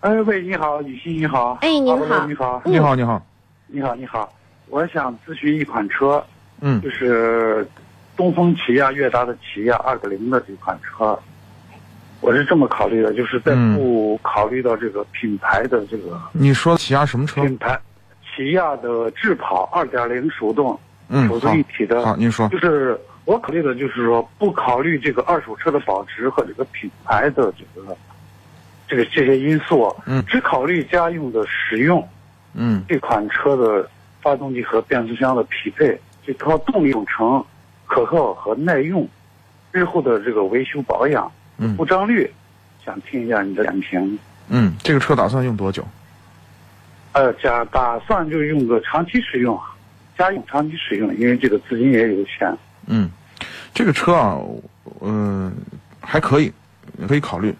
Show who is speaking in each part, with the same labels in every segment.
Speaker 1: 哎喂，你好，雨欣，你好。
Speaker 2: 哎您好
Speaker 1: 啊不是你好，
Speaker 2: 嗯
Speaker 3: 你好，你好，
Speaker 1: 你好，你好。我想咨询一款车，
Speaker 3: 嗯
Speaker 1: 就是东风起亚悦达的起亚二点零的这款车。我是这么考虑的，就是在
Speaker 3: 嗯
Speaker 1: 不考虑到这个品牌的这个
Speaker 3: 你说起亚什么车？
Speaker 1: 品牌，起亚的智跑二点零手动，
Speaker 3: 嗯，
Speaker 1: 手
Speaker 3: 好，
Speaker 1: 自一体的
Speaker 3: 好，您说
Speaker 1: 就，是我考虑的，就是说不考虑这个二手车的保值和这个品牌的这个这个这些因素，
Speaker 3: 嗯
Speaker 1: 只考虑家用的使用。
Speaker 3: 嗯
Speaker 1: 这款车的发动机和变速箱的匹配，这套动力总成可靠和耐用，日后的这个维修保养、
Speaker 3: 嗯
Speaker 1: 故障率，想听一下你的点评。
Speaker 3: 嗯，这个车打算用多久？
Speaker 1: 呃，假打算就用个长期使用，啊家用长期使用，因为这个资金也有限。
Speaker 3: 嗯，这个车啊，嗯、还可以，可以考虑。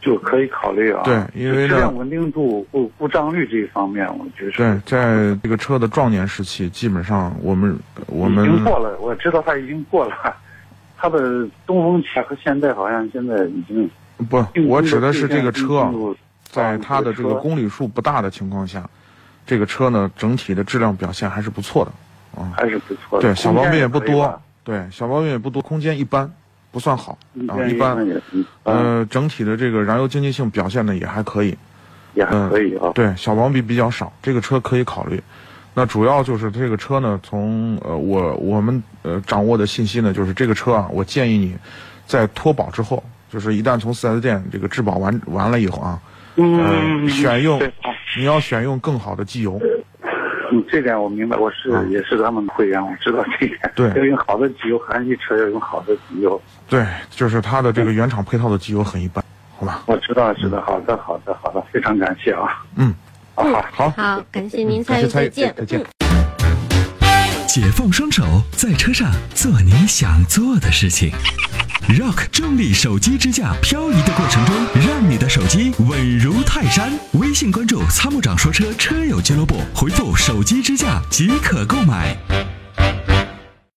Speaker 1: 就可以考虑啊。
Speaker 3: 对因为呢
Speaker 1: 质量稳定度、故故障率这一方面，我觉得
Speaker 3: 对
Speaker 1: 是，
Speaker 3: 在这个车的壮年时期，基本上我们我
Speaker 1: 已
Speaker 3: 们
Speaker 1: 经过了，我知道它已经过了。它的东风起亚和现代好像现在已经，
Speaker 3: 不，我指的是这个车啊
Speaker 1: 进，入
Speaker 3: 在它的这个
Speaker 1: 车
Speaker 3: 公里数不大的情况下，这个车呢整体的质量表现还是不错的。
Speaker 1: 还是不错的，
Speaker 3: 对，小毛
Speaker 1: 呃空
Speaker 3: 病
Speaker 1: 间
Speaker 3: 也不
Speaker 1: 可以
Speaker 3: 多
Speaker 1: 吧，，
Speaker 3: 对，小毛病也不多，空间一般，不算好啊，一般。
Speaker 1: 也嗯一般
Speaker 3: 呃，整体的这个燃油经济性表现的也还可以，
Speaker 1: 也还可以啊。
Speaker 3: 嗯对，小毛病比较少，这个车可以考虑。那主要就是这个车呢，从呃我我们呃掌握的信息呢，就是这个车啊，我建议你在脱保之后，就是一旦从 4S 店这个质保完完了以后啊，
Speaker 1: 嗯，
Speaker 3: 选用
Speaker 1: 对好
Speaker 3: 你要选用更好的机油。
Speaker 1: 嗯，这点我明白，我是
Speaker 3: 嗯
Speaker 1: 也是咱们会员，我知道这一点。
Speaker 3: 对
Speaker 1: 要用好的机油，韩系车要用好的机油。
Speaker 3: 对，就是它的这个原厂配套的机油很一般，好吧？
Speaker 1: 我知道，知道，好的，好的，好的，非常感谢啊。
Speaker 3: 嗯，
Speaker 1: 啊好。
Speaker 3: 好，
Speaker 2: 好，感谢您
Speaker 3: 嗯感
Speaker 2: 参
Speaker 3: 谢
Speaker 2: 与，
Speaker 3: 参
Speaker 2: 再
Speaker 3: 与
Speaker 2: 见，
Speaker 3: 再见
Speaker 2: 嗯
Speaker 4: 解放双手，在车上做你想做的事情。Rock 重力手机支架，漂移的过程中，让你的手机稳如泰山。微信关注“参谋长说车”车友俱乐部，回复“手机支架”即可购买。